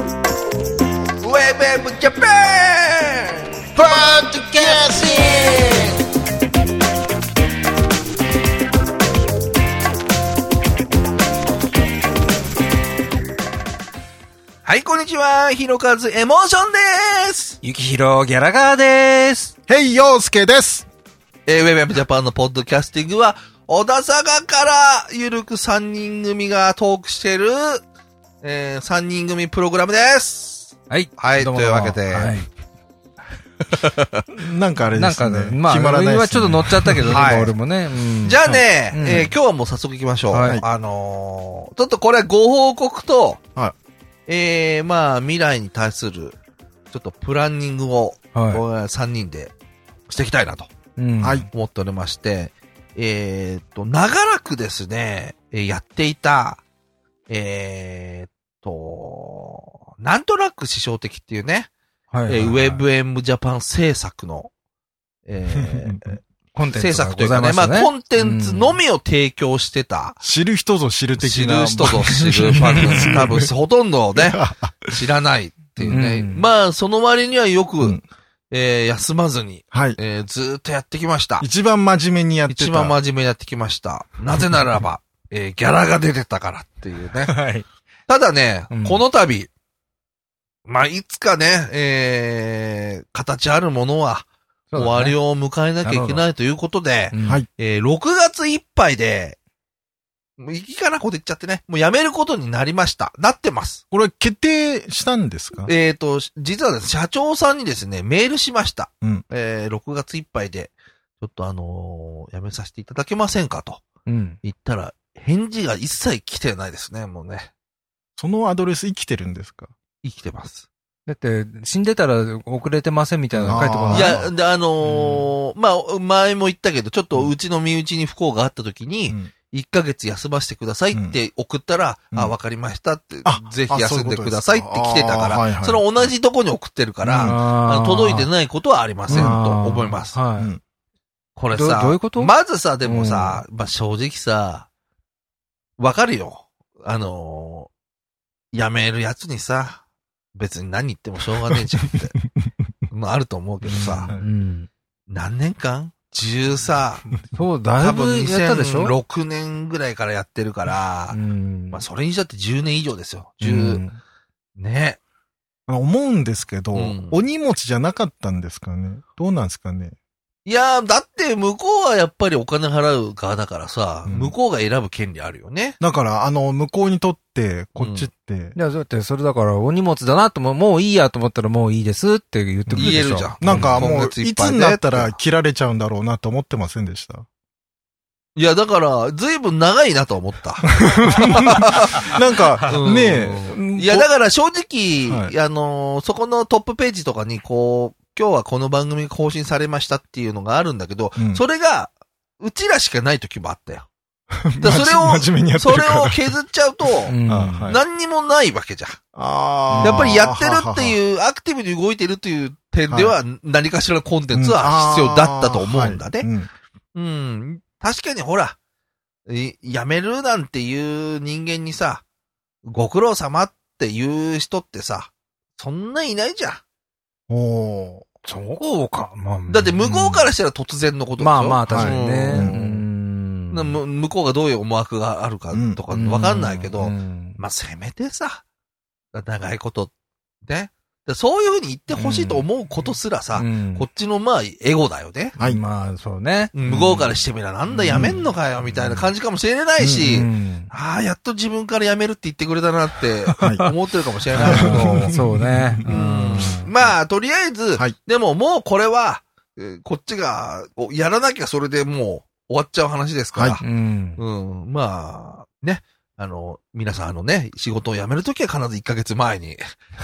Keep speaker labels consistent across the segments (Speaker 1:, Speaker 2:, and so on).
Speaker 1: ウェブウェブジャパンポッドキャスティングはい、こんにちは。ひろかずエモーションです。ゆきひろギャラガーです。
Speaker 2: ヘイヨウスケです。
Speaker 1: えー、ウェブウェブジャパンのポッドキャスティングは、小田坂からゆるく3人組がトークしてる、えー、3人組プログラムです。
Speaker 3: はい。
Speaker 1: はい
Speaker 3: どもども
Speaker 1: というわけで
Speaker 3: はい
Speaker 2: なんかあれ
Speaker 3: な
Speaker 2: で
Speaker 3: ん
Speaker 2: す
Speaker 3: か
Speaker 2: ね。
Speaker 3: ね、まあ、
Speaker 2: 決まらないです、ね。
Speaker 3: 今ちょっと乗っちゃったけどね、
Speaker 1: はい
Speaker 3: 今俺もね。うん
Speaker 1: じゃあね、
Speaker 3: うん
Speaker 1: えー今日はもう早速行きましょう。
Speaker 3: はい
Speaker 1: あのーちょっとこれご報告と、
Speaker 2: は
Speaker 1: えー、まあ、未来に対する、ちょっとプランニングを、
Speaker 3: は
Speaker 1: 3人でしていきたいなと
Speaker 3: い。うん
Speaker 2: はい。
Speaker 1: 思っておりまして、えーっと、長らくですね、えーやっていた、えーっと、なんとなく師匠的っていうね、
Speaker 3: は
Speaker 1: え
Speaker 3: い。
Speaker 1: ーウェブエムジャパン制作の、えー
Speaker 3: コ ンテンツ
Speaker 1: 制作というかね、まあ、コンテンツのみを提供してた、
Speaker 2: 知る人ぞ知る的
Speaker 1: 知
Speaker 2: な。
Speaker 1: る人ぞ知るファンです。多分、ほとんどね、知らないっていうね。
Speaker 3: うん
Speaker 1: まあ、その割にはよく、
Speaker 2: うん
Speaker 1: えー休まずに、
Speaker 2: はい。
Speaker 1: えーずーっとやってきました。
Speaker 2: 一番真面目にやってた。
Speaker 1: 一番真面目にやってきました。なぜなら ば、えーギャラが出てたからっていうね。
Speaker 3: はい。
Speaker 1: ただね、
Speaker 3: うん
Speaker 1: この度、まあ、いつかね、えー形あるものは、終わり
Speaker 3: を。
Speaker 1: を迎えなきゃいけないということで、
Speaker 3: うん
Speaker 2: はい。
Speaker 1: えー6月いっぱいで、もういいかなこと言っちゃってね。もうやめることになりました。なってます。
Speaker 2: これ決定したんですか
Speaker 1: えっ、と、し実はですね、社長さんにですね、メールしました。
Speaker 2: うん
Speaker 1: えー6月いっぱいで、ちょっとあのーやめさせていただけませんかと
Speaker 3: うん。
Speaker 1: 言ったら、返事が一切来てないですね、もうね。
Speaker 2: そのアドレス生きてるんですか
Speaker 1: 生きてます。
Speaker 3: だって、死んでたら遅れてませんみたいなの書いてこ
Speaker 2: あー
Speaker 3: な
Speaker 1: い
Speaker 3: い。
Speaker 1: や、、であのーまあ、前も言ったけど、ちょっとうちの身内に不幸があった時に、
Speaker 2: うん
Speaker 1: 1ヶ月休ませてくださいって送ったら、
Speaker 2: うん
Speaker 1: あ、わかりましたって
Speaker 2: あ、
Speaker 1: ぜひ休んでくださいって来てたから、そ
Speaker 2: あそういうことですかあーはいはい
Speaker 1: の同じとこに送ってるから、あの届いて
Speaker 3: い
Speaker 1: ないことはありませんと思います。
Speaker 3: は
Speaker 2: うん
Speaker 1: これ
Speaker 3: ど
Speaker 1: さ、
Speaker 3: どういうこと
Speaker 1: まずさ、でもさ、まあ、正直さ、わかるよ。あのー辞めるやつにさ、別に何言ってもしょうがねえじゃん って、まああると思うけどさ、
Speaker 3: い。うん。
Speaker 1: 何年間十さ、
Speaker 3: そう、だ
Speaker 1: 多
Speaker 3: いぶ
Speaker 1: 分
Speaker 3: やったでしょ
Speaker 1: 2006年ぐらいからやってるから
Speaker 3: う、ん。
Speaker 1: まあそれにしたって10年以上ですよ。
Speaker 3: う
Speaker 1: 10、
Speaker 3: ん
Speaker 1: ね。
Speaker 2: あの思うんですけど、
Speaker 1: うん
Speaker 2: お荷物じゃなかったんですかねどうなんですかね
Speaker 1: いやー、だって向こうはやっぱりお金払う側だからさ、
Speaker 2: うん
Speaker 1: 向こうが選ぶ権利あるよね。
Speaker 2: だから、あの、向こうにとって、こっちって、
Speaker 3: いや、だって、それだから、お荷物だなとも、もういいやと思ったら、もういいですって言ってくるでしょ。
Speaker 1: 言えるじゃん。
Speaker 2: なんかも
Speaker 1: 今
Speaker 2: う、
Speaker 1: 月
Speaker 2: いつ
Speaker 1: ぱで
Speaker 2: になったら切られちゃうんだろうなと思ってませんでした。
Speaker 1: いや、だから、ずいぶん長いなと思った。
Speaker 2: なんか、
Speaker 1: うん
Speaker 2: ねえ。
Speaker 1: いや、だから正直、
Speaker 2: はい
Speaker 1: あのーそこのトップページとかに、こう、今日はこの番組更新されましたっていうのがあるんだけど、
Speaker 2: うん
Speaker 1: それが、うちらしかない時もあ ったよ。だ
Speaker 2: ま
Speaker 1: からそれを
Speaker 2: 真面目にやって
Speaker 1: そ
Speaker 2: るか
Speaker 1: れ
Speaker 2: ら。
Speaker 1: を削っちゃ うと、
Speaker 3: うん。
Speaker 2: あはい
Speaker 1: 何にもないわけじゃん。
Speaker 2: あー
Speaker 1: やっぱりやってるっていう、アクティブに動いてるという点では、何かしらのコンテンツは必要だったと思うんだね。
Speaker 2: うん
Speaker 1: うん。確かにほら、い辞めるなんていう人間にさ、ご苦労様っていう人ってさ、そんないないじゃ
Speaker 2: おー
Speaker 3: そうか。まあ
Speaker 1: ん。だって向こうからしたら突然のことでしょ
Speaker 3: まあまあ、確かにね。
Speaker 1: う
Speaker 3: うんん
Speaker 1: なむ向こうがどういう思惑があるかとかわかんないけど、まあせめてさ、長いこと、ね。だそういうふうに言ってほしいと思うことすらさ、こ
Speaker 3: こ
Speaker 1: っちのまあエゴだよね。
Speaker 2: はい。
Speaker 3: まあ、そうね。
Speaker 1: 向こうからしてみりゃなんだやめんのかよみたいな感じかもしれないし、
Speaker 3: うん
Speaker 1: ああ、やっと自分から辞めるって言ってくれたなって
Speaker 2: はい
Speaker 1: 思ってるかもしれ ないけど、
Speaker 3: そうね。
Speaker 1: うんまあ、とりあえず、
Speaker 2: はい
Speaker 1: でももうこれは、えーこっちが、おやらなきゃそれでもう終わっちゃう話ですから、
Speaker 2: は
Speaker 3: うん。
Speaker 1: うん、まあ、ね、あの、皆さんあのね、仕事を辞めるときは必ず1ヶ月前に、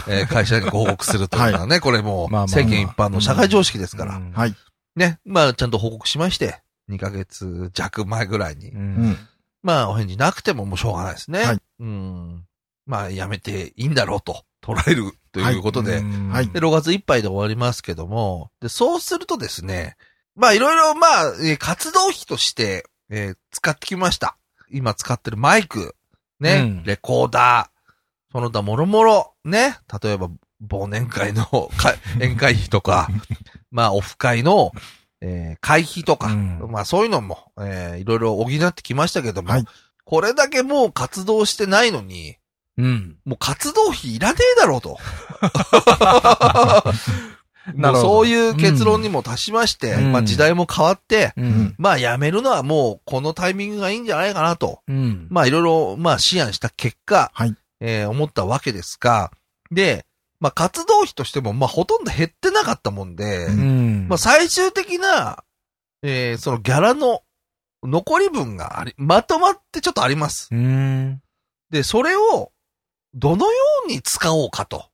Speaker 1: えー会社にご報告するというのはね、これも
Speaker 3: まあまあ
Speaker 1: う世間一般の社会常識ですから、
Speaker 3: うん
Speaker 2: はい。
Speaker 1: ね、まあちゃんと報告しまして、2ヶ月弱前ぐらいに
Speaker 3: う
Speaker 2: うんん。
Speaker 1: まあ、お返事なくてももうしょうがないですね。
Speaker 2: はい
Speaker 1: うん。まあ、やめていいんだろうと捉えるということで、
Speaker 3: うん
Speaker 2: はい
Speaker 1: で、6月いっぱいで終わりますけども、で、そうするとですね、まあ、いろいろ、まあ、えー活動費として、えー使ってきました。今使ってるマイク、ね、
Speaker 3: うん
Speaker 1: レコーダー、その他もろもろ、ね、例えば忘年会の か宴会費とか、まあオフ会の、えー会費とか、
Speaker 3: うん
Speaker 1: まあそういうのも、えーいろいろ補ってきましたけども、
Speaker 2: はい
Speaker 1: これだけもう活動してないのに、
Speaker 3: うん。
Speaker 1: もう活動費いらねえだろう と。もう
Speaker 3: なるほど
Speaker 1: そういう結論にも達しまして、
Speaker 3: うん
Speaker 1: まあ時代も変わって、
Speaker 3: うん。
Speaker 1: まあ辞めるのはもうこのタイミングがいいんじゃないかなと、
Speaker 3: うん。
Speaker 1: まあいろいろ、まあ思案した結果、
Speaker 2: はい
Speaker 1: えー思ったわけですが、で、まあ活動費としても、まあほとんど減ってなかったもんで、
Speaker 3: うん。
Speaker 1: まあ最終的な、えーそのギャラの残り分があり、まとまってちょっとあります。
Speaker 3: うん。
Speaker 1: で、それを、どのように使おうかと。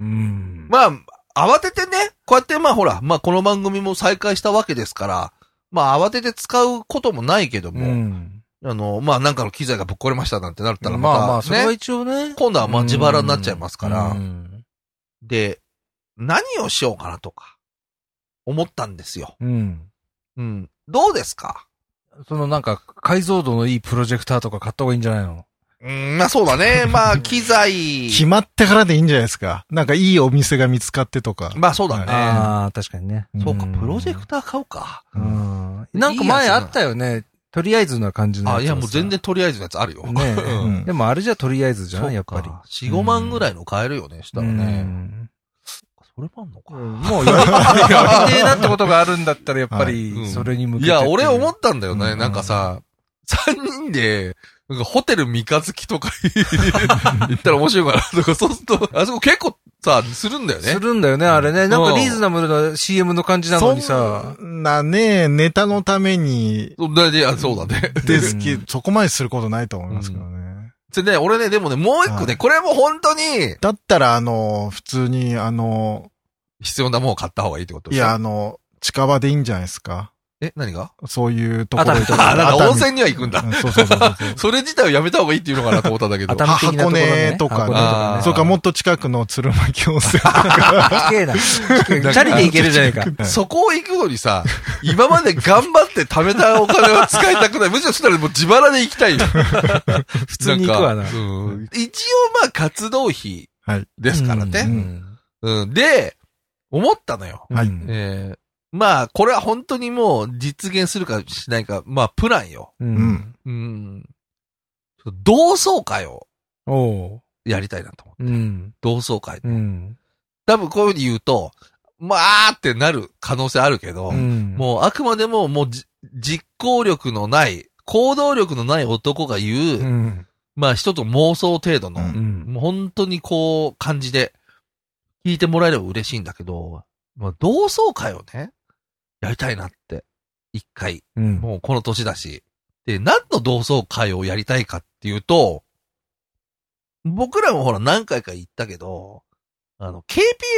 Speaker 3: うん。
Speaker 1: まあ、慌ててね、こうやってまあほら、まあこの番組も再開したわけですから、まあ慌てて使うこともないけど
Speaker 3: う
Speaker 1: も、
Speaker 3: ん。
Speaker 1: あの、まあなんかの機材がぶっ壊れましたなんてなった
Speaker 3: ま
Speaker 1: らま
Speaker 3: あ
Speaker 1: た、ね、
Speaker 3: まあ、それは一応ね。
Speaker 1: 今度はまあ自腹になっちゃいますから
Speaker 3: うん。
Speaker 1: で、何をしようかなとか、思ったんですよ。
Speaker 3: うん。
Speaker 1: うん。どうですか
Speaker 3: そのなんか、解像度のいいプロジェクターとか買った方がいいんじゃないの
Speaker 1: うん、まあそうだ ね。まあ機材、
Speaker 2: 決まってからでいいんじゃないですか。なんかいいお店が見つかってと か。
Speaker 1: まあそうだね。
Speaker 3: ああ、確かにね。
Speaker 1: そうか、プロジェクター買うか。
Speaker 3: ター。うん。なんか前あったよね。とりあえずな感じのやつ
Speaker 1: あ、
Speaker 3: がさ。
Speaker 1: いやもう全然とりあえずのやつあるよ。
Speaker 3: ねえ
Speaker 1: うん
Speaker 3: でもあれじゃとりあえずじゃん、やっぱり。
Speaker 1: 4、5万ぐらいの買えるよね、したら
Speaker 3: う
Speaker 1: ね。
Speaker 3: ん
Speaker 1: それもあんのか。
Speaker 3: もうややめてえなってことがあるんだったら、やっぱ
Speaker 1: はいう
Speaker 3: り、
Speaker 1: ん
Speaker 3: それに向け
Speaker 1: い
Speaker 3: てってう。
Speaker 1: や、俺思ったんだよ
Speaker 3: う
Speaker 1: ね。
Speaker 3: ん
Speaker 1: なんかさ、3人で、なんかホテル三日月とか行ったら面白いか なとか、そうすると、あそこ結構さ、するんだよね。
Speaker 3: するんだよね、あれね。なん
Speaker 1: う
Speaker 3: か
Speaker 1: ん
Speaker 3: リーズナブルな CM の感じなのにさ。
Speaker 2: そんなね、ネタのために、
Speaker 1: そうだね、あそうだね。
Speaker 2: ですけ
Speaker 3: う
Speaker 2: ど、そこまですることないと思いますけどね。
Speaker 1: でね、俺ね、でもね、もう一個
Speaker 2: は
Speaker 1: ね、これも本当に
Speaker 2: だったら、あの、普通に、あの、
Speaker 1: 必要なものを買った方がいいってこと
Speaker 2: いや、、あの、近場でいいんじゃないですか。
Speaker 1: え、何が
Speaker 2: そういうところ
Speaker 3: 熱海と
Speaker 1: あ、なんか温
Speaker 2: 熱
Speaker 1: 泉には行くんだ
Speaker 2: 海。うんそうそう そうそう
Speaker 1: それ自体をやめた方がいいっていうのかなと思ったんだけど。
Speaker 3: 熱海的なところね。
Speaker 2: 箱根とか
Speaker 3: 箱根
Speaker 1: あー
Speaker 2: そうか、もっと近くの鶴巻 温泉とか。
Speaker 3: 高 えな。チャリで行けるじゃないか。
Speaker 1: そこを行くのにさ、今まで頑張って貯めたお金は使いたくない。むしろそしたらもう自腹で行きたいよ。普
Speaker 3: 通に行くわな
Speaker 1: うん一応まあ活動費
Speaker 2: はい
Speaker 1: ですからね。
Speaker 3: うん
Speaker 1: うんで、思ったのよ。
Speaker 2: は
Speaker 3: う
Speaker 2: い
Speaker 3: ん
Speaker 1: えーまあこれは本当にもう実現するかしないか、まあプランよ。
Speaker 3: う。
Speaker 2: うんん。
Speaker 1: うん同窓会を
Speaker 3: おう。
Speaker 1: やりたいなと思う。
Speaker 3: うん。
Speaker 1: 同窓会。
Speaker 3: うん。
Speaker 1: 多分こういうふうに言うと、まあーってなる可能性あるけど、
Speaker 3: うん
Speaker 1: もうあくまでももうじ実行力のない、行動力のない男が言う、
Speaker 3: うん。
Speaker 1: まあ人と妄想程度の、
Speaker 2: うん
Speaker 3: うん。
Speaker 1: もう本当にこう感じで聞いてもらえれば嬉しいんだけど、まあ同窓会をね、やりたいなって、一回、
Speaker 3: うん。
Speaker 1: もうこの年だし。で、何の同窓会をやりたいかっていうと、僕らもほら何回か行ったけど、あの、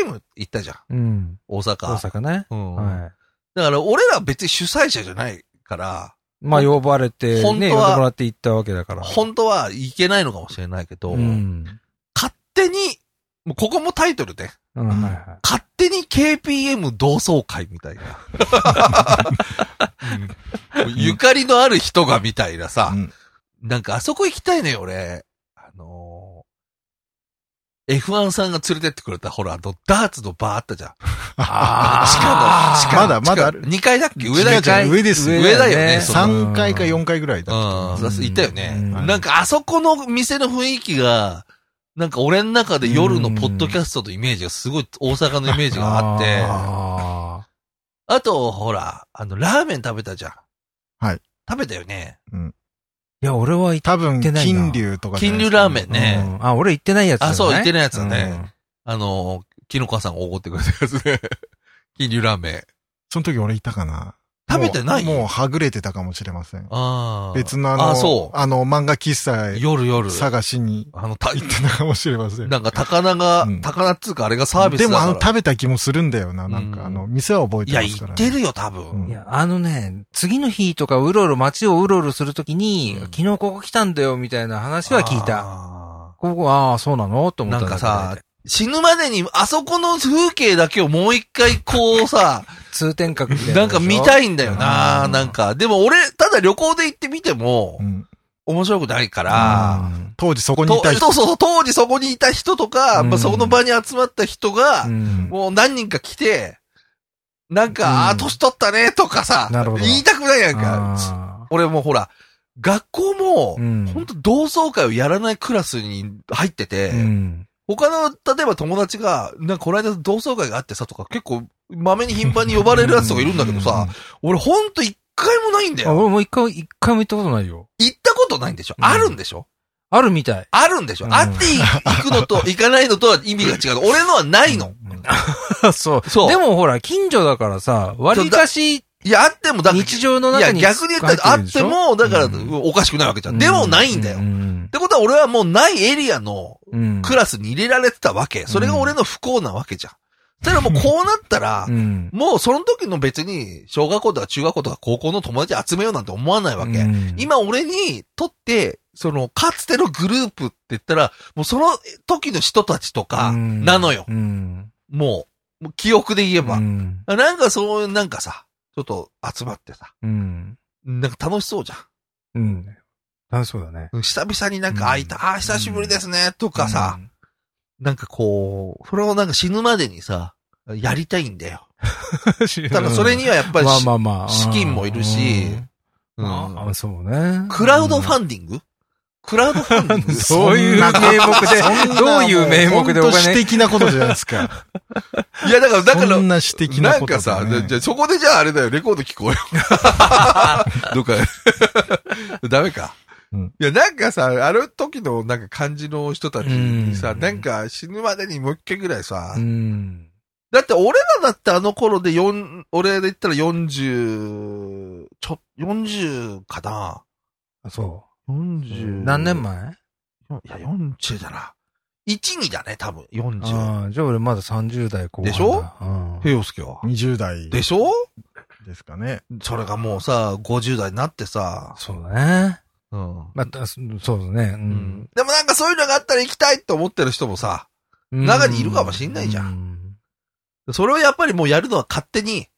Speaker 1: KPM 行ったじゃん、
Speaker 3: うん。
Speaker 1: 大阪。
Speaker 3: 大阪ね。
Speaker 1: うん。
Speaker 3: は
Speaker 1: だから俺ら別に主催者じゃないから、
Speaker 3: い。まあ、呼ばれて、ね、呼
Speaker 1: 本
Speaker 3: ん
Speaker 1: 当
Speaker 3: で
Speaker 1: は
Speaker 3: もらって行ったわけだから。
Speaker 1: 本当はいけないのかもしれないけど、
Speaker 3: うん。
Speaker 1: 勝手に、もうここもタイトルで、
Speaker 3: うん。はいは
Speaker 1: 勝手に KPM 同窓会みたいな。 うんゆかりのある人がみたいなさ、
Speaker 2: うん
Speaker 1: なんかあそこ行きたいね、俺。あのー F1 さんが連れてってくれた、ほら、あの、ダーツのバーあったじゃん。
Speaker 2: あ
Speaker 1: 地下の、地下の
Speaker 2: まだまだある
Speaker 1: 2階だっけ上だ
Speaker 2: 違
Speaker 1: よ
Speaker 2: う違う
Speaker 1: ね。
Speaker 2: 上です
Speaker 1: 上だよねその
Speaker 2: 3回か4回ぐらいだったと思います
Speaker 1: うん、行ったよね。
Speaker 3: うん
Speaker 2: はい
Speaker 1: なんかあそこの店の雰囲気が、なんか俺の中で夜のポッドキャストのイメージがすごい大阪のイメージがあって、あ
Speaker 3: あ
Speaker 1: と、ほら、あの、ラーメン食べたじゃん。
Speaker 2: はい。
Speaker 1: 食べたよね。
Speaker 3: ーいや、俺は行った。
Speaker 2: 多分、
Speaker 3: ってないな
Speaker 2: 金龍とかじゃな
Speaker 1: 金
Speaker 2: いで
Speaker 1: 龍
Speaker 2: すか
Speaker 1: ラーメンね。
Speaker 3: うんあ、俺行ってないやつだね。
Speaker 1: あ、そう、言って
Speaker 3: る
Speaker 1: るやつだね。。あの、木の川さんがおごってくれたやつね。 金龍ラーメン。
Speaker 2: その時俺いたかな。
Speaker 1: 食べてない
Speaker 2: もうもうはぐれてたかもしれません。
Speaker 1: ああ。
Speaker 2: 別のあの、
Speaker 1: あそう
Speaker 2: あの漫画喫茶へ
Speaker 1: 夜夜。
Speaker 2: 探しに
Speaker 1: あの、た、
Speaker 2: 行ってたかもしれません。
Speaker 1: なんか高菜が、
Speaker 2: うん
Speaker 1: 高菜っつうかあれがサービス
Speaker 2: で
Speaker 1: だか
Speaker 2: も
Speaker 1: ら
Speaker 2: あの食べた気もするんだよな。なん
Speaker 1: う
Speaker 2: か
Speaker 1: ん
Speaker 2: あの、店は覚え
Speaker 1: い
Speaker 2: て
Speaker 1: や、
Speaker 2: ますか
Speaker 1: 行
Speaker 2: ら、
Speaker 1: ってるよ、多分。
Speaker 2: うん
Speaker 3: いや、あのね、次の日とかうろうろ街をうろうろするときに、
Speaker 1: うん
Speaker 3: 昨日ここ来たんだよみたいな話は聞いた。
Speaker 1: た。
Speaker 3: ここ、ああ、そうなのと思
Speaker 1: な
Speaker 3: った
Speaker 1: ん
Speaker 3: だけ
Speaker 1: か
Speaker 3: で
Speaker 1: さ、、死ぬまでにあそこの風景だけをもう一回こう さ、
Speaker 3: 通天閣みたいな。
Speaker 1: なんか見た
Speaker 3: い。
Speaker 1: いんだよな、
Speaker 3: うん
Speaker 1: なんか。でも俺、ただ旅行で行ってみても、
Speaker 2: うん
Speaker 1: 面白くないから、
Speaker 3: うん
Speaker 2: 当時そこにい
Speaker 1: と
Speaker 2: た人。
Speaker 1: そうそう、当時そこにいた人とか、
Speaker 3: うん
Speaker 1: まあ、そこの場に集まった人が、
Speaker 3: うん
Speaker 1: もう何人か来て、なんか、
Speaker 3: うん
Speaker 1: ああ、年取ったね、とかさ
Speaker 3: なるほ、ど
Speaker 1: 言いたくないやんか。
Speaker 3: あ
Speaker 1: 俺もうほら、学校も、
Speaker 3: ーうん
Speaker 1: 本当同窓会をやらないクラスに入ってて、
Speaker 3: うん
Speaker 1: 他の、例えば友達が、なんかこの間同窓会があってさとか、結構、まめに頻繁に呼ばれるやつとかいるんだけどさ、俺ほんと一回もないんだ
Speaker 3: あ、
Speaker 1: よ。
Speaker 3: 俺も一回、一回も行ったことないよ。
Speaker 1: 行ったことないんでしょ
Speaker 3: うん
Speaker 1: あるんでしょ
Speaker 3: あるみたい。
Speaker 1: あるんでしょ
Speaker 3: うん
Speaker 1: あって行くのと行かないのとは意味が違う。俺のはないの。
Speaker 2: うん
Speaker 3: そう。
Speaker 1: そう
Speaker 3: でもほら、近所だからさ、割かし、
Speaker 1: いや、あってもだから、
Speaker 3: 日常の
Speaker 1: いや、
Speaker 3: 中に。
Speaker 1: 逆に言ったらあっても、だから、
Speaker 3: うん
Speaker 1: おかしくないわけじゃ。
Speaker 3: うんん、
Speaker 1: でもないんだよ。
Speaker 3: う
Speaker 1: っ
Speaker 3: ん。
Speaker 1: てことは俺はもうないエリアの
Speaker 3: うん
Speaker 1: クラスに入れられてたわけ。それが俺の不幸なわけじゃん。そしたらもうこうなったら
Speaker 3: う、ん。
Speaker 1: もうその時の別に、小学校とか中学校とか高校の友達集めようなんて思わないわけ。
Speaker 3: うん、
Speaker 1: 今俺にとって、その、かつてのグループって言ったら、もうその時の人たちとか、
Speaker 3: うん
Speaker 1: なのよ。
Speaker 3: うん。
Speaker 1: もう、もう記憶で言えば
Speaker 3: う。ん。
Speaker 1: なんかそういう、なんかさ、ちょっと集まってさ、
Speaker 3: うん。
Speaker 1: なんか楽しそうじゃん。
Speaker 3: うん。楽しそうだね。
Speaker 1: うん久々になんか会いた、
Speaker 3: う
Speaker 1: ああ、久しぶりですね、とかさ
Speaker 3: う、ん、
Speaker 1: なんかこう、それをなんか死ぬまでにさ、やりたいんだよ。た
Speaker 3: た
Speaker 1: だそれ、にはやっぱり、
Speaker 3: まあまあまあ。
Speaker 1: 資金もいるし
Speaker 3: うん、
Speaker 1: うん
Speaker 3: ああ、そうね。
Speaker 1: クラウドフ
Speaker 3: ン、
Speaker 1: ァンディングクラウドファンディング
Speaker 3: そういう名目
Speaker 2: そん
Speaker 3: で、
Speaker 2: な
Speaker 3: どういう名目で
Speaker 2: ほ
Speaker 3: お
Speaker 2: んと私
Speaker 3: 金。
Speaker 2: 的なことじゃないですか。
Speaker 1: いや、だから、だから、
Speaker 2: そんな私的な
Speaker 1: な
Speaker 2: こ
Speaker 1: ん
Speaker 2: と
Speaker 1: か
Speaker 2: だ
Speaker 1: さ、
Speaker 2: ね。
Speaker 1: じゃあそこでじゃああれだよ、レコード聞こうよ。どっか、 ダメか。
Speaker 2: うん
Speaker 1: いや、なんかさ、あの時のなんか感じの人たちにさ、
Speaker 3: うん
Speaker 1: なんか死ぬまでにもう一回ぐらいさ、
Speaker 3: うん。
Speaker 1: だって俺らだってあの頃で4、俺で言ったら40、ちょ、40かな
Speaker 3: あそ
Speaker 1: ?40。
Speaker 3: う。何年前
Speaker 1: いや、40だな。1、2だね、多分、40。
Speaker 3: ああ、じゃあ俺まだ30代後半だ。
Speaker 1: でしょ
Speaker 3: うん。
Speaker 1: 平介は。
Speaker 2: 20代
Speaker 1: でしょ
Speaker 2: ですかね。
Speaker 1: それがもうさ、50代になってさ、
Speaker 3: そうだね。
Speaker 1: うん。
Speaker 3: また、そそうだね。う
Speaker 1: うんん。でもなんかそういうのがあったら行きたいって思ってる人もさ、中にいるかもしんないじゃ
Speaker 3: ん。
Speaker 1: それをやっぱりもうやるのは勝手に、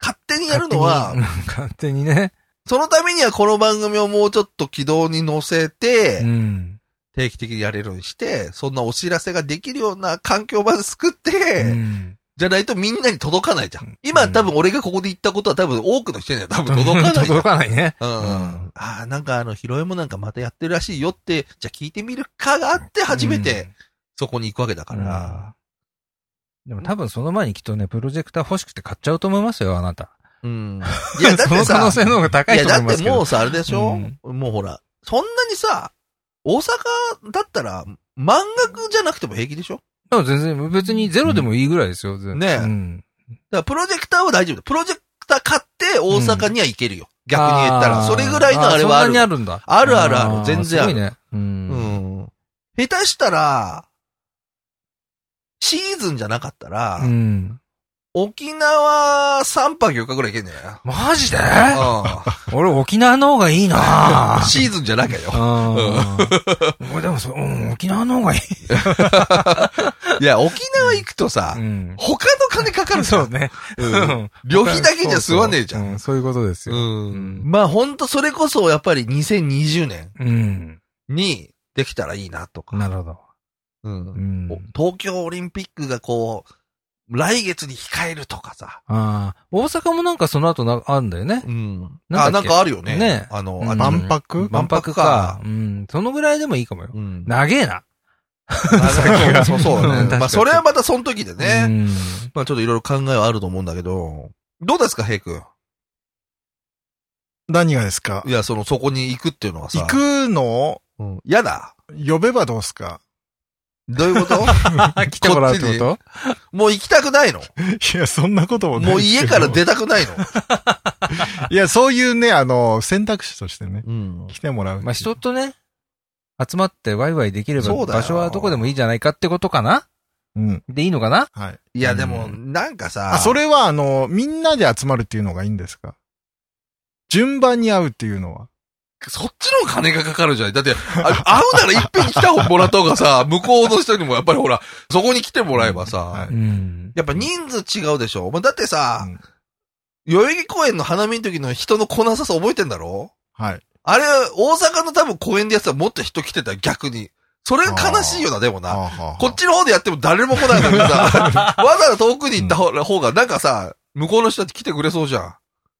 Speaker 1: 勝手にやるのは
Speaker 3: 勝手、に、勝手にね。
Speaker 1: そのためにはこの番組をもうちょっと軌道に乗せて、
Speaker 3: うん。
Speaker 1: 定期的にやれるようにして、そんなお知らせができるような環境まで作って、
Speaker 3: うん
Speaker 1: じゃないとみんなに届かないじゃ
Speaker 3: うんん。
Speaker 1: 今多分俺がここで言ったことは多分多くの人には多分 届かないじゃん
Speaker 3: 届。かないね。
Speaker 1: うん。ああ、なんかあの、拾いもなんかまたやってるらしいよって、じゃあ聞いてみるかがあって初めてそこに行くわけだから。
Speaker 3: でも多分その前にきっとね、プロジェクター欲しくて買っちゃうと思いますよ、あなた。
Speaker 1: うん。いや、だっ
Speaker 3: そ
Speaker 1: て
Speaker 3: の可
Speaker 1: さ
Speaker 3: 能、性の方が高
Speaker 1: い
Speaker 3: い
Speaker 1: や、
Speaker 3: と思
Speaker 1: だ
Speaker 3: いま
Speaker 1: っ
Speaker 3: す
Speaker 1: て
Speaker 3: けど。
Speaker 1: もうさ、あれでしょ、もうほら、そんなにさ、大阪だったら、満額じゃなくても平気でしょ
Speaker 3: でも全然、別にゼロでもいいぐらいですよ、全然
Speaker 1: ねえ
Speaker 3: うん。
Speaker 1: だからプロジェクターは大丈夫だ。プロジェクター買って大阪には行けるよ。逆に言った
Speaker 3: あ
Speaker 1: ら。
Speaker 3: ー
Speaker 1: それぐらいのあれはあ
Speaker 3: そんな
Speaker 1: る。
Speaker 3: にあるんだ。
Speaker 1: あるあるある
Speaker 3: ー
Speaker 1: 全然ある
Speaker 3: すごいね。う。
Speaker 1: うんん。下手したら、シーズンじゃなかったら、
Speaker 3: うん。
Speaker 1: 沖縄3泊4日ぐらい行けんじゃない
Speaker 3: マジで
Speaker 1: う
Speaker 3: 俺沖縄の方がい いなぁ
Speaker 1: ん。シーズンじゃなきゃよ。
Speaker 3: うん。俺でもそ、うん、沖縄の方がいい。
Speaker 1: いや、沖縄行くとさ、
Speaker 3: ん。
Speaker 1: 他の金かかるじゃ
Speaker 3: そ
Speaker 1: ん
Speaker 3: うね。
Speaker 1: うん旅費だけじゃ済まねえじゃん。
Speaker 3: うそういうことですよ。
Speaker 1: うん
Speaker 3: ん
Speaker 1: まあほんとそれこそやっぱり2020年
Speaker 3: うん。
Speaker 1: にできたらいいなとか。
Speaker 3: なるほど。
Speaker 1: うん
Speaker 3: うん。
Speaker 1: お東京オリンピックがこう、来月に控えるとかさ。
Speaker 3: ああ、大阪もなんかその後な、あるんだよね。
Speaker 1: うん。
Speaker 3: な
Speaker 1: あ、
Speaker 3: んだ
Speaker 1: な
Speaker 3: っ
Speaker 1: ん
Speaker 3: け
Speaker 1: かあるよね。
Speaker 3: ね
Speaker 1: あの、
Speaker 3: うん
Speaker 1: あの
Speaker 2: 万博
Speaker 1: 万博か
Speaker 3: うん。そのぐらいでもいいかもよ。
Speaker 1: うん。
Speaker 3: 長えな。
Speaker 1: あそうそうそう
Speaker 3: う
Speaker 1: ね
Speaker 3: ん 確。かに
Speaker 1: まあそれはまたその時で
Speaker 3: う
Speaker 1: ね。
Speaker 3: ん。
Speaker 1: まあちょっといろいろ考えはあると思うんだけど、どうですか、ヘイ君。
Speaker 2: 何がですか
Speaker 1: いや、その、そこに行くっていうのはさ。
Speaker 2: 行くの
Speaker 1: うん嫌だ。
Speaker 2: 呼べばどうすか
Speaker 1: どういうこと
Speaker 3: 来てもらうってこと
Speaker 1: もう行きたくないの
Speaker 2: いや、そんなこともない
Speaker 1: もう
Speaker 2: です
Speaker 1: 家
Speaker 2: けど
Speaker 1: から出たくないの
Speaker 2: いや、そういうね、あの、選択肢としてね、
Speaker 1: うん。
Speaker 2: 来てもらう。
Speaker 3: まあ、人とね、集まってワイワイできれば
Speaker 1: そうだよ
Speaker 3: 場所はどこでもいいじゃないかってことかな
Speaker 2: うん。
Speaker 3: でいいのかな
Speaker 2: はい。
Speaker 1: いや、でも、なんかさ、
Speaker 2: あ、それは、あの、みんなで集まるっていうのがいいんですか順番に会うっていうのは。
Speaker 1: そっちの金がかかるじゃないだって、あ会うならいっぺんに来た方もらった方が さ、向こうの人にもやっぱりほら、そこに来てもらえばさ、
Speaker 2: は
Speaker 3: う
Speaker 2: い
Speaker 3: ん。
Speaker 1: やっぱ人数違うでしょ、まあ、だってさ、
Speaker 2: うん
Speaker 1: 代々木公園の花見の時の人の来なささ覚えてんだろ
Speaker 2: はい。
Speaker 1: あれ、大阪の多分公園でやってたらもっと人来てたよ逆に。それ悲しいよな、でもな。
Speaker 2: あ
Speaker 1: こっちの方でやっても誰も来ないのにさ、わ ざわざ遠くに行った方方が、なんかさ、向こうの人たち来てくれそうじゃん。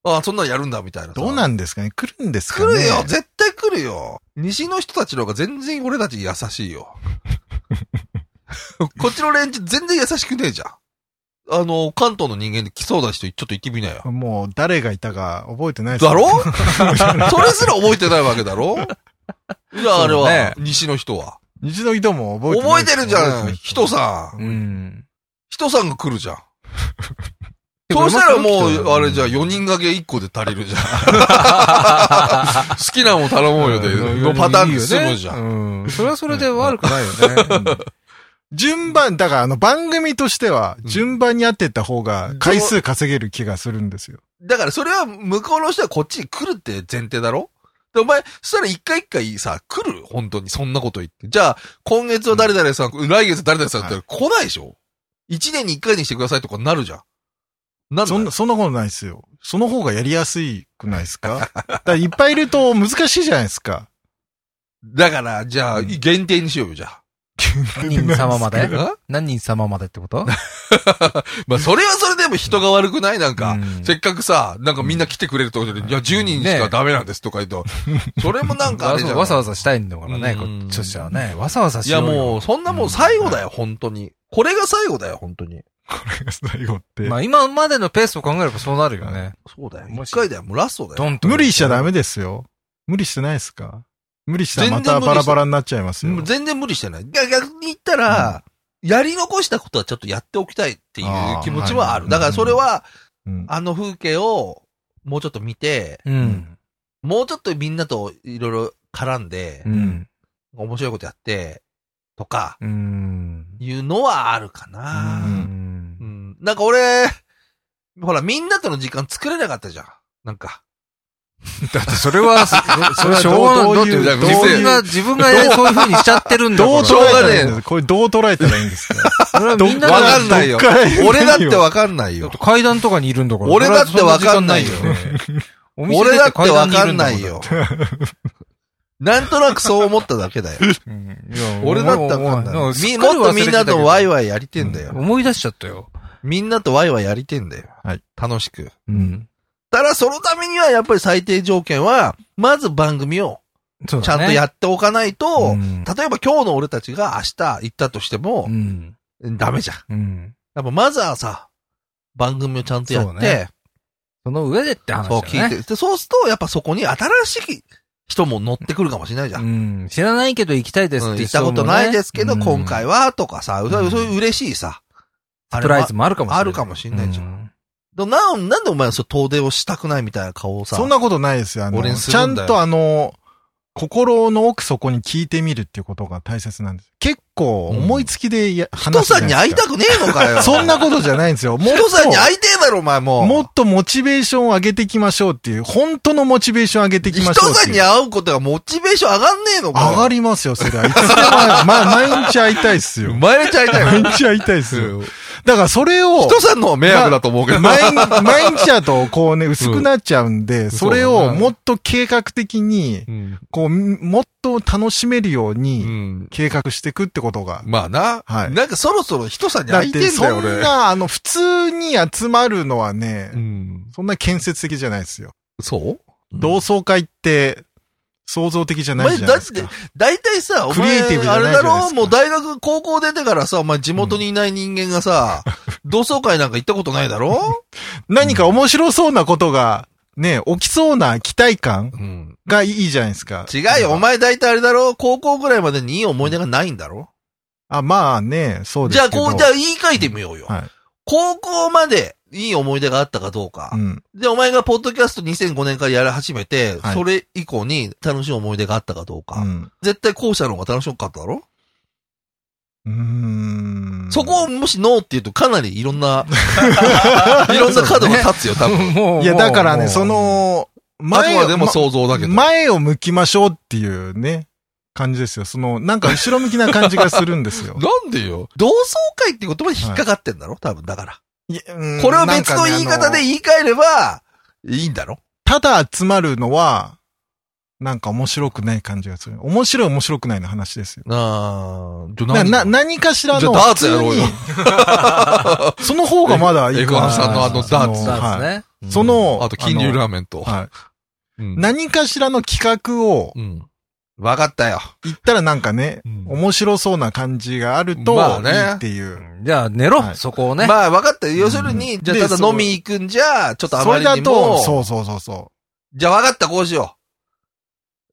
Speaker 1: ああ、そんなのやるんだ、みたいなさ。
Speaker 2: どうなんですかね来るんですか
Speaker 1: 来
Speaker 2: ね
Speaker 1: るよ絶対来るよ西の人たちの方が全然俺たち優しい よ。こっちの連中全然優しくねえじゃん。あの、関東の人間で来そうな人、ちょっと行ってみなよ。
Speaker 2: もう誰がいたか覚えてないです
Speaker 1: だ
Speaker 2: ね
Speaker 1: ろそれすら覚えてないわけだろじゃああれ
Speaker 3: そう
Speaker 1: は
Speaker 3: ね、
Speaker 1: 西の人は。
Speaker 2: 日の人も覚えてない
Speaker 1: 覚えてるじゃん、人
Speaker 2: ん。
Speaker 1: さん。
Speaker 3: うん。
Speaker 1: 人さんが来るじゃ ん。そうしたらもう、あれじゃあ4人掛け1個で足りるじゃん。 好きなもん頼もうよで、のパターンで済むじゃん。
Speaker 3: ん。うん。それはそれで悪くない よね。
Speaker 2: 順番、だからあの番組としては
Speaker 1: うん
Speaker 2: 順番にやってった方が回数稼げる気がするんですよ。
Speaker 1: だからそれは向こうの人はこっちに来るって前提だろで、お前、そしたら一回一回さ、来る本当に、そんなこと言って。じゃあ、今月は誰々さん、来月誰々さんって来ないでしょ一年に一回にしてくださいとかなるじゃん。なんだ
Speaker 2: そんな、そんなことないですよ。その方がやりやすいくないで すかだからいっぱいいると難しいじゃないですか。
Speaker 1: だから、じゃあ、
Speaker 2: うん
Speaker 1: 限定にしようよ、じゃあ。
Speaker 3: 何人様まで
Speaker 1: ん
Speaker 3: 何人様までってこと
Speaker 1: まあ、それはそれでも人が悪くないなんか、
Speaker 3: うん
Speaker 1: せっかくさ、なんかみんな来てくれるってことで、いや、10人しかダメなんですとか言う と、それもなんかあれじゃん。
Speaker 3: わざわざしたいんだからね、
Speaker 1: う
Speaker 3: こ
Speaker 1: ん
Speaker 3: っちとしてはね。わざわざ
Speaker 1: い
Speaker 3: し
Speaker 1: や、
Speaker 3: ようよ
Speaker 1: もう、そんなもう最後だよ、本当に。これが最後だよ、本当に。
Speaker 2: これが最後って。
Speaker 3: まあ今までのペースを考えればそうなるよね。
Speaker 1: そうだよ。
Speaker 3: も
Speaker 1: 一
Speaker 3: し
Speaker 1: 回だよ、もうラストだよ。
Speaker 3: ドンと。
Speaker 2: 無理しちゃダメですよ。無理してないですか無理したらまたバラバラになっちゃいますよ。
Speaker 1: 全然無理してない。逆逆に言ったら、やり残したことはちょっとやっておきたいっていう気持ちはある。
Speaker 2: あーはい
Speaker 1: だからそれは、
Speaker 2: うん
Speaker 1: あの風景をもうちょっと見て、
Speaker 3: うん。
Speaker 1: もうちょっとみんなといろいろ絡んで
Speaker 3: う、ん。
Speaker 1: 面白いことやって、とか、
Speaker 3: うん。
Speaker 1: いうのはあるか
Speaker 3: う
Speaker 1: な。
Speaker 3: ん
Speaker 1: うん。なんか俺、ほら、みんなとの時間作れなかったじゃん。なん か。
Speaker 3: だってそ れは、そそれはしょうが
Speaker 2: どう
Speaker 3: ない。
Speaker 2: どういう
Speaker 3: だって
Speaker 1: どう
Speaker 3: 自
Speaker 1: いう
Speaker 3: 分が、自分がそういう風にしちゃってるんだか
Speaker 2: どう
Speaker 3: ら。
Speaker 2: 捉
Speaker 1: ょう
Speaker 2: えた
Speaker 1: が
Speaker 2: ら
Speaker 1: ねえ
Speaker 2: いいんですこれどう捉えたらいいんですか
Speaker 3: それはみんな
Speaker 1: わ
Speaker 3: が
Speaker 1: かんないよ
Speaker 2: どっから言う
Speaker 1: 俺だってわかんない
Speaker 3: だっ
Speaker 1: よ
Speaker 3: て。階段とかにいるんだから。
Speaker 1: 俺だってわかんないよ
Speaker 3: それはそんな時間ないよね。 お店
Speaker 1: 俺だ
Speaker 3: 出
Speaker 1: って
Speaker 3: 階
Speaker 1: わ
Speaker 3: 段に
Speaker 1: か
Speaker 3: る
Speaker 1: ん
Speaker 3: だ
Speaker 1: ないよ。。なんとなくそう思っただけだ よ。
Speaker 3: うんいや
Speaker 1: 俺だってわかんない。みもっとみんなとワイワイやりてんだよ。
Speaker 3: 思い出しちゃったよ。
Speaker 1: みんなとワイワイやりてんだよ。
Speaker 2: はい
Speaker 1: 楽しく。
Speaker 3: うん。
Speaker 1: ただそのためにはやっぱり最低条件は、まず番組を
Speaker 3: ちゃん
Speaker 1: ちゃんとやっておかないと、
Speaker 3: うん
Speaker 1: 例えば今日の俺たちが明日行ったとしても
Speaker 3: う、ん。
Speaker 1: ダメじゃん。
Speaker 3: うん。
Speaker 1: やっぱまずはさ、番組をちゃんとやって、そ,、
Speaker 3: そううねその上でって話だよね。
Speaker 1: 聞いて、でそうするとやっぱそこに新しい人も乗ってくるかもしれないじゃん。
Speaker 3: うん。知らないけど行きたいです
Speaker 1: う
Speaker 3: っ
Speaker 1: ん
Speaker 3: て
Speaker 1: 行ったことないですけど、今回
Speaker 3: は。
Speaker 1: は、とかさ、う
Speaker 3: うん
Speaker 1: そういう嬉しいさ。あ
Speaker 3: サ
Speaker 1: れ
Speaker 3: プ
Speaker 1: は
Speaker 3: ライズもあるかもしれない。
Speaker 1: あるかもしれないじゃん。
Speaker 3: ん。
Speaker 1: でなんなんでお前はそう遠出をしたくないみたいな顔をさ。
Speaker 2: そんなことないですよ。あの、
Speaker 1: 俺にす
Speaker 2: ち
Speaker 1: る
Speaker 2: ゃ
Speaker 1: ん
Speaker 2: ん
Speaker 1: だよ
Speaker 2: とあの、心の奥底に聞いてみるっていうことが大切なんです。結構思いつきでや、
Speaker 1: 人
Speaker 2: 話す
Speaker 1: さ
Speaker 2: じゃ
Speaker 1: ん
Speaker 2: な
Speaker 1: に
Speaker 2: ですか
Speaker 1: 会いたくねえのかよ。
Speaker 2: そんなことじゃないんですよ。もっ
Speaker 1: 人さんに
Speaker 2: と、
Speaker 1: 会いてえだろ、お前もう。
Speaker 2: もっとモチベーションを上げていきましょうっていう、本当のモチベーションを上げていきまし
Speaker 1: 人
Speaker 2: ょうっていう。
Speaker 1: さんに会うことがモチベーション上がんねえのかよ。
Speaker 2: 上がりますよ、それは。いつでも会う、ま、毎日会いたいっすよ。
Speaker 1: 毎日会いたい
Speaker 2: 毎
Speaker 1: よ。
Speaker 2: 日会いたいっすよ。だからそれを、
Speaker 1: 人さんの方が迷惑だと思うけど。
Speaker 2: 毎日、毎日だと、こうね、薄くなっちゃうんで、それ
Speaker 1: そうだ
Speaker 2: を
Speaker 1: ね
Speaker 2: もっと計画的に、
Speaker 1: うん
Speaker 2: こう、もっと楽しめるよう
Speaker 1: う
Speaker 2: に、
Speaker 1: ん。
Speaker 2: 計画していくってことが。
Speaker 1: まあな。
Speaker 2: はい
Speaker 1: なんかそろそろ人さんに
Speaker 2: だっ
Speaker 1: 会いて
Speaker 2: て、
Speaker 1: えんだ
Speaker 2: そ
Speaker 1: よ、
Speaker 2: ん
Speaker 1: 俺。
Speaker 2: な、あの、普通に集まるのは
Speaker 1: う
Speaker 2: ね、
Speaker 1: ん。
Speaker 2: そんな建設的じゃないですよ。
Speaker 1: そう
Speaker 2: 同窓会って、想像的じゃないじゃないです
Speaker 1: お前
Speaker 2: か。
Speaker 1: 大体さ、お前
Speaker 2: クリエイティブじ
Speaker 1: あ
Speaker 2: ゃ
Speaker 1: れ
Speaker 2: ないじ
Speaker 1: だ
Speaker 2: ゃないで
Speaker 1: ろ
Speaker 2: すか
Speaker 1: もう大学、高校出てからさ、お前地元にいない人間がさ、 同窓会なんか行ったことないだろ
Speaker 2: 何か面白そうなことが、ね、起きそうな期待感
Speaker 1: うん。
Speaker 2: がいいじゃないですか。
Speaker 1: 違うよ、お前大体あれだろ高校ぐらいまでにいい思い出がないんだろ
Speaker 2: あ、まあね、そうで
Speaker 1: じゃ
Speaker 2: す
Speaker 1: あ、
Speaker 2: けど。
Speaker 1: こう、じゃあ言い換えてみようよ。
Speaker 2: はい
Speaker 1: 高校までいい思い出があったかどうか。
Speaker 2: うん。
Speaker 1: で、お前がポッドキャスト2005年からやり始めて、
Speaker 2: はい
Speaker 1: それ以降に楽しい思い出があったかどうか。
Speaker 2: うん。
Speaker 1: 絶対後者の方が楽しかっただろ、
Speaker 2: うーん。
Speaker 1: そこをもしノーって言うとかなりいろん な、いろんな角が立つよ、多分。
Speaker 3: もう。
Speaker 2: いや、だからね、
Speaker 3: もう
Speaker 2: そ、の、
Speaker 1: あく
Speaker 2: 前
Speaker 1: ま
Speaker 2: を、
Speaker 1: でも想像だけど。。
Speaker 2: ま前を向きましょうっていうね、感じですよ。その、なんか後ろ向きな感じがするんですよ
Speaker 1: なんでよ同窓会って言葉に引っかかってんだろ多分、だから。
Speaker 2: いやうん
Speaker 1: これを別の言い
Speaker 2: なんか
Speaker 1: 方
Speaker 2: ねあ
Speaker 1: で言い換えれば、いいんだろ
Speaker 2: ただ集まるのは、なんか面白くない感じがする。面白い面白くないの話ですよ。
Speaker 1: あー、じゃ
Speaker 2: な、
Speaker 1: 何
Speaker 2: な、何かしら
Speaker 1: じゃ
Speaker 2: の
Speaker 1: あダー
Speaker 2: 普
Speaker 1: ツや
Speaker 2: 通
Speaker 1: ろう
Speaker 2: に
Speaker 1: よ、
Speaker 2: その方がまだいいか
Speaker 1: F1
Speaker 2: な。
Speaker 1: さんのあのダーツ
Speaker 2: そ
Speaker 3: ダーツ
Speaker 2: はい
Speaker 3: ね。うん
Speaker 2: そ、の、
Speaker 1: あと、金龍
Speaker 2: あ
Speaker 1: ラーメンと
Speaker 2: の。はい。
Speaker 1: うん
Speaker 2: 何かしらの企画を
Speaker 1: うん。わかったよ。
Speaker 2: 言ったらなんかね、
Speaker 1: うん
Speaker 2: 面白そうな感じがあると、
Speaker 1: まあね
Speaker 2: いいっていう。
Speaker 3: じゃあ寝ろ、
Speaker 2: はい
Speaker 3: そこをね。
Speaker 1: まあ、わかったよ。要するに、じゃあ、ただ飲み行くんじゃ、ちょっとあ
Speaker 2: そ
Speaker 1: ま
Speaker 2: れ
Speaker 1: りに
Speaker 2: だと、
Speaker 1: も、
Speaker 2: そうそうそうそ
Speaker 1: じゃあ、わかった、こうしよ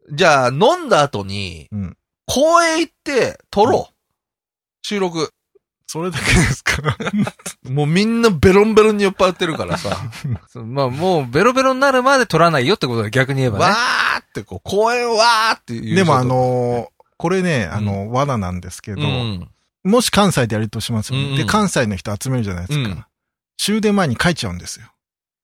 Speaker 1: う。じゃあ、飲んだ後に
Speaker 2: う。、うん。
Speaker 1: 公園行って、撮ろう。収録。
Speaker 2: それだけで すか
Speaker 1: もうみんなベロンベロンに酔っ払ってるから さ、
Speaker 3: そうまあもうベロベロになるまで取らないよってことだ、逆に言えばね
Speaker 1: わ。ーってこう、公園わーって言う。
Speaker 2: でもあ、のーこれね、あの、罠なんですけ
Speaker 1: う
Speaker 2: ど、
Speaker 1: ん。
Speaker 2: もし関西でやるとしますよね、
Speaker 1: うんうん
Speaker 2: で、関西の人集めるじゃないですか。
Speaker 1: うん
Speaker 2: 終電前に帰っちゃうんですよ。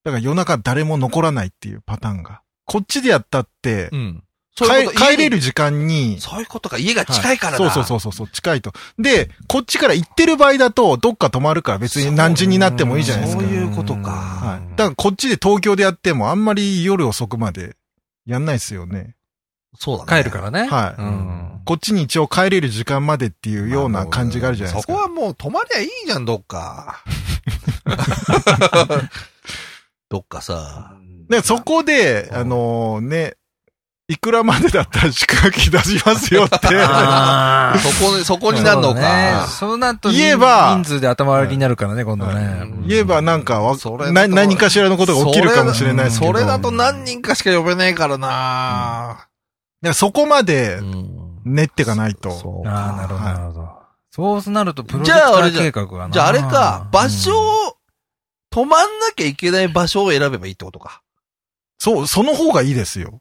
Speaker 2: だから夜中誰も残らないっていうパターンが。こっちでやったって、
Speaker 1: うん。そういう
Speaker 2: 帰
Speaker 1: こと家に
Speaker 2: 帰れる時間に、
Speaker 1: そういうことか、家が近いからな。
Speaker 2: はそうそうそうそう、近いと。で、こっちから行ってる場合だと、どっか泊まるから別に何時になってもいいじゃないですか。
Speaker 1: そういうことか
Speaker 2: はい。だ
Speaker 3: だ
Speaker 2: からこっちで東京でやってもあんまり夜遅くまでやんないですよね。
Speaker 1: そうだね。
Speaker 3: 帰るからね。
Speaker 2: はい
Speaker 1: う
Speaker 2: う
Speaker 1: ん
Speaker 3: ん。
Speaker 2: こっちに一応帰れる時間までっていうような感じがあるじゃないですか。
Speaker 1: そこはもう泊まりゃいいじゃん、どっか。どっかさ。
Speaker 2: で、そこで、あのね、いくらまでだったら宿泊費出しますよって
Speaker 3: あー
Speaker 1: そこ、そこになるのか。
Speaker 3: そうだねそうなると、
Speaker 2: 言えば
Speaker 3: 人数で頭割りになるからね、今度ね。
Speaker 1: うん
Speaker 2: 言えばなんかわ
Speaker 1: それ
Speaker 2: な何かしらのことが起きるかもしれないですけど。
Speaker 1: それだと何人かしか呼べねえからな、
Speaker 2: だからそこまで
Speaker 1: うん
Speaker 2: 練ってかないと。
Speaker 1: そうか
Speaker 3: ああ、なるほど、
Speaker 2: はい
Speaker 3: なるほど。そうなると、プロジェクター計画がな。
Speaker 1: じゃああれか、場所
Speaker 3: うん
Speaker 1: を、泊まんなきゃいけない場所を選べばいいってことか。
Speaker 2: そう、その方がいいですよ。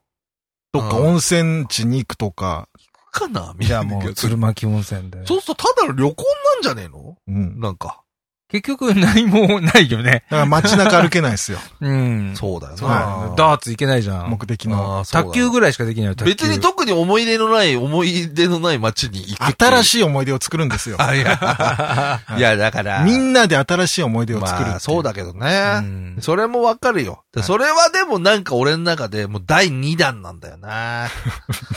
Speaker 2: どっか
Speaker 1: うん
Speaker 2: 温泉地に行くとか、
Speaker 1: かなみ
Speaker 3: じ
Speaker 1: た
Speaker 3: ゃあ
Speaker 1: い な。
Speaker 3: もう、鶴巻温泉で。
Speaker 1: そうするとただの旅行なんじゃねえの
Speaker 2: うん。
Speaker 1: なんか。
Speaker 3: 結局、何もないよね。
Speaker 2: だから街中歩けないですよ。
Speaker 3: うん。
Speaker 1: そうだよな。
Speaker 2: は
Speaker 3: ダーツいけないじゃん。
Speaker 2: 目的の。
Speaker 1: あー そうだ
Speaker 3: 卓球ぐらいしかできないよ、卓球。
Speaker 1: 別に特に思い出のない、思い出のない街に行くっていう。
Speaker 2: 新
Speaker 1: い。
Speaker 2: しい思い出を作るんですよ。
Speaker 1: あ、い や。いや、だから。
Speaker 2: みんなで新しい思い出を作るっていう。
Speaker 1: まあ、そうだけど
Speaker 3: う
Speaker 1: ね。
Speaker 3: ん
Speaker 1: それもわかるよ。で
Speaker 2: はい
Speaker 1: それはでもなんか俺の中でもう第2弾なんだよな。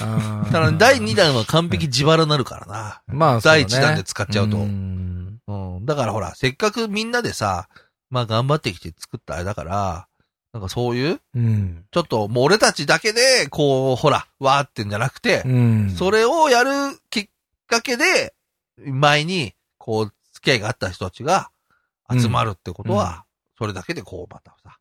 Speaker 3: あー
Speaker 1: だから第2弾は完璧自腹になるからな。
Speaker 3: まあ、
Speaker 1: 第1弾で使っ
Speaker 3: っ
Speaker 1: ちゃうと。
Speaker 3: ん
Speaker 1: うん。だからほら、せっかくみんなでさ、まあ頑張ってきて作ったあれだから、なんかそういう、
Speaker 3: うん。
Speaker 1: ちょっともう俺たちだけで、こう、ほら、わーってんじゃなくて
Speaker 3: う、ん。
Speaker 1: それをやるきっかけで、前に、こう、付き合いがあった人たちが集まるってことは、それだけでこう、またさ。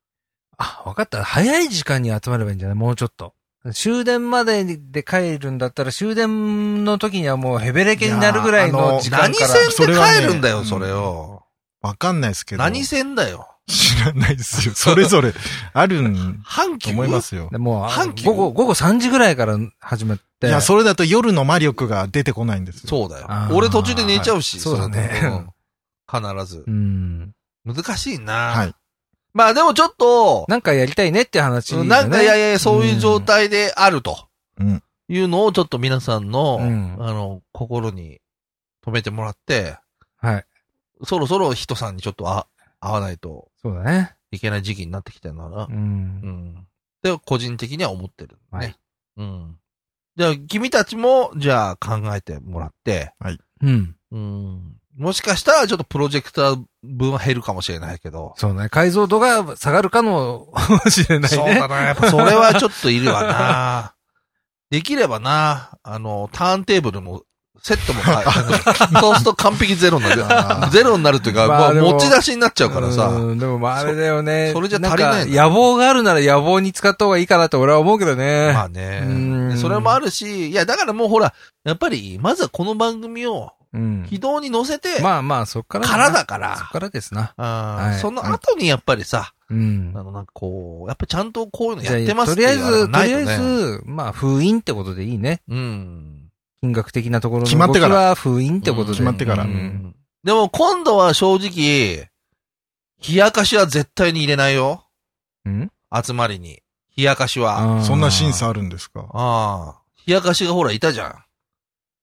Speaker 3: あ、わかった。早い時間に集まればいいんじゃないもうちょっと。終電までで帰るんだったら、終電の時にはもうヘベレケになるぐらい
Speaker 2: いやーあ
Speaker 3: の
Speaker 2: の
Speaker 3: 時間
Speaker 1: 何
Speaker 3: から。
Speaker 1: 線で帰るんだ
Speaker 2: う
Speaker 1: よ、
Speaker 2: ん
Speaker 1: それを。
Speaker 2: わかんないですけど。
Speaker 1: 何線だよ。
Speaker 2: 知らないですよ。それぞれあるん
Speaker 1: 阪
Speaker 2: と
Speaker 1: 急
Speaker 2: 思いますよ。
Speaker 3: でもうあ
Speaker 1: 阪、急
Speaker 3: 午後、午後3時ぐらいから始まって。
Speaker 2: いや、それだと夜の魔力が出てこないんですよ。
Speaker 1: そうだよ
Speaker 3: あ。ー
Speaker 1: 俺途中で寝ちゃうし。
Speaker 3: はいそうだね
Speaker 1: その。うん必ず
Speaker 3: う。ん。
Speaker 1: 難しいな。
Speaker 2: はい
Speaker 1: まあでもちょっと、
Speaker 3: なんかやりたいねって話だね、
Speaker 1: なんかいやいや、そういう状態であると。
Speaker 2: うん
Speaker 1: いうのをちょっと皆さんの、
Speaker 3: うん
Speaker 1: あの、心に止めてもらって、
Speaker 3: はい。
Speaker 1: そろそろ人さんにちょっとあ会わないと
Speaker 3: そうだね。
Speaker 1: いけない時期になってきてるのかな
Speaker 3: う。。
Speaker 1: うんん。で、個人的には思ってる、ね。
Speaker 3: はい
Speaker 1: うん。じゃあ、君たちも、じゃあ考えてもらって、
Speaker 3: うん。
Speaker 1: うん。もしかしたらちょっとプロジェクター分は減るかもしれないけど。
Speaker 3: そうね。解像度が下がるかもしれないね。
Speaker 1: そうだな、やっぱそれはちょっといるわ な。できればな、あの、ターンテーブルも、セットも買え、そうすると完璧ゼロになる。 ゼロになるというか、
Speaker 3: まあ
Speaker 1: まあ
Speaker 3: でも
Speaker 1: 持ち出しになっちゃうからさ。
Speaker 3: うん。でもまああれだよね。
Speaker 1: そそれじゃ足りない
Speaker 3: ん
Speaker 1: の
Speaker 3: か野望があるなら野望に使った方がいいかなと俺は思うけどね。
Speaker 1: まあ
Speaker 3: う
Speaker 1: ね。
Speaker 3: ん
Speaker 1: それもあるし、いや、だからもうほら、やっぱり、まずはこの番組を
Speaker 3: うん
Speaker 1: 軌。道に乗せて、
Speaker 3: まあまあ、そっからだ
Speaker 1: か
Speaker 3: な。
Speaker 1: らだか
Speaker 3: そっ
Speaker 1: ら、
Speaker 3: からですな。
Speaker 1: あー
Speaker 3: はい
Speaker 1: その後にやっぱりさ、
Speaker 3: うん
Speaker 1: あ。の、なんかこう、やっぱちゃんとこういうの
Speaker 3: じゃあ
Speaker 1: やってます
Speaker 3: と
Speaker 1: って
Speaker 3: りあえ
Speaker 1: いうの
Speaker 3: ず、
Speaker 1: が
Speaker 3: と
Speaker 1: ない
Speaker 3: りあ
Speaker 1: ね
Speaker 3: え、ず、まあ、封印ってことでいいね。
Speaker 1: うん。
Speaker 3: 金額的なところの
Speaker 2: 決まっ
Speaker 3: 動
Speaker 2: て
Speaker 3: き
Speaker 2: から
Speaker 3: は封印ってことで。
Speaker 2: 決まってから
Speaker 3: うん
Speaker 1: うんでも今度は正直、冷やかしは絶対に入れないよ。
Speaker 3: うん
Speaker 1: 集まりに。冷やかしは。
Speaker 3: あー
Speaker 2: そんな審査あるんですか
Speaker 1: ああ。冷やかしがほらいたじゃん。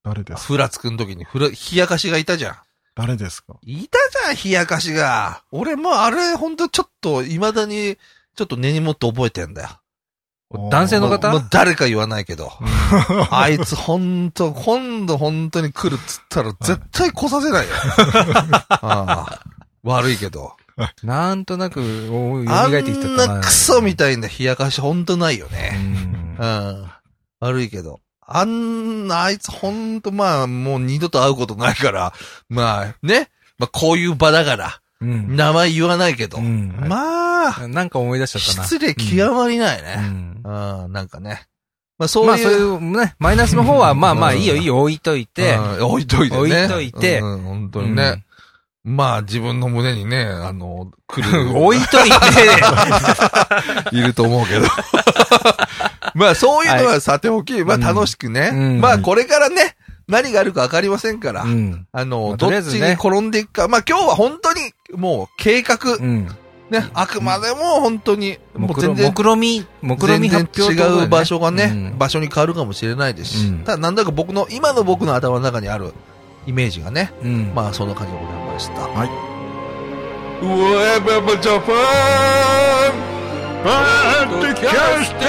Speaker 2: 誰です
Speaker 1: ふらつくん時にふら、冷やかしがいたじゃん。
Speaker 2: 誰ですか
Speaker 1: いたじゃん、冷やかしが。俺もうあれ、ほんとちょっと、未だに、ちょっと根に持って覚えてんだよ。
Speaker 3: 男性の方
Speaker 1: もうもう誰か言わないけ ど。あいつほんと、今度本当に来るっつったら絶対来させ ないよ。ああ悪いけど。
Speaker 3: なんとなく、お蘇
Speaker 1: あ
Speaker 3: ってきた
Speaker 1: んなクソみ
Speaker 3: た
Speaker 1: たいな冷やかしほんとないよね。
Speaker 3: うん
Speaker 1: うん。悪いけど。あんな、あいつほんとまあ、もう二度と会うことないから、まあね。まあこういう場だから、
Speaker 3: うん。
Speaker 1: 名前言わないけど。
Speaker 3: うん
Speaker 1: まあ、
Speaker 3: なんか思い出しちゃったな。
Speaker 1: 失礼極まりない
Speaker 3: うん
Speaker 1: ね。うん、なんかね。まあ
Speaker 3: ま
Speaker 1: そう
Speaker 3: あそう
Speaker 1: いう。
Speaker 3: いうね、マイナスの方は、まあまあいいよいいよ、置いといて。
Speaker 1: うん置いといてね。
Speaker 3: 置いといて
Speaker 1: うん、本当にね。まあ自分の胸にね、あの、来
Speaker 3: う
Speaker 1: る
Speaker 3: ん。。置いといて。
Speaker 1: いると思うけど。 まあそういうのはさておき、まあ楽しくね。
Speaker 3: うん
Speaker 1: まあこれからね、何があるかわかりませんから。
Speaker 3: うん。
Speaker 1: あの、
Speaker 3: まあ
Speaker 1: ど
Speaker 3: とりあえ
Speaker 1: っち
Speaker 3: ずね
Speaker 1: に転んでいくか。まあ今日は本当に、もう計画、
Speaker 3: うん。
Speaker 1: ね、あくまでも本当に、もう
Speaker 3: 目
Speaker 1: 全
Speaker 3: 論
Speaker 1: 然、
Speaker 3: 目論み、目論
Speaker 1: 全
Speaker 3: み
Speaker 1: 然
Speaker 3: 発表ってことだ
Speaker 1: 違
Speaker 3: よね
Speaker 1: う場所がね、
Speaker 3: うん
Speaker 1: 場所に変わるかもしれないですし、
Speaker 3: うん
Speaker 1: ただなんだか僕の、今の僕の頭の中にあるイメージがね、
Speaker 3: うん。
Speaker 1: まあそんな感じでございました。
Speaker 2: はい。
Speaker 1: ウェブジャパン
Speaker 2: キャステ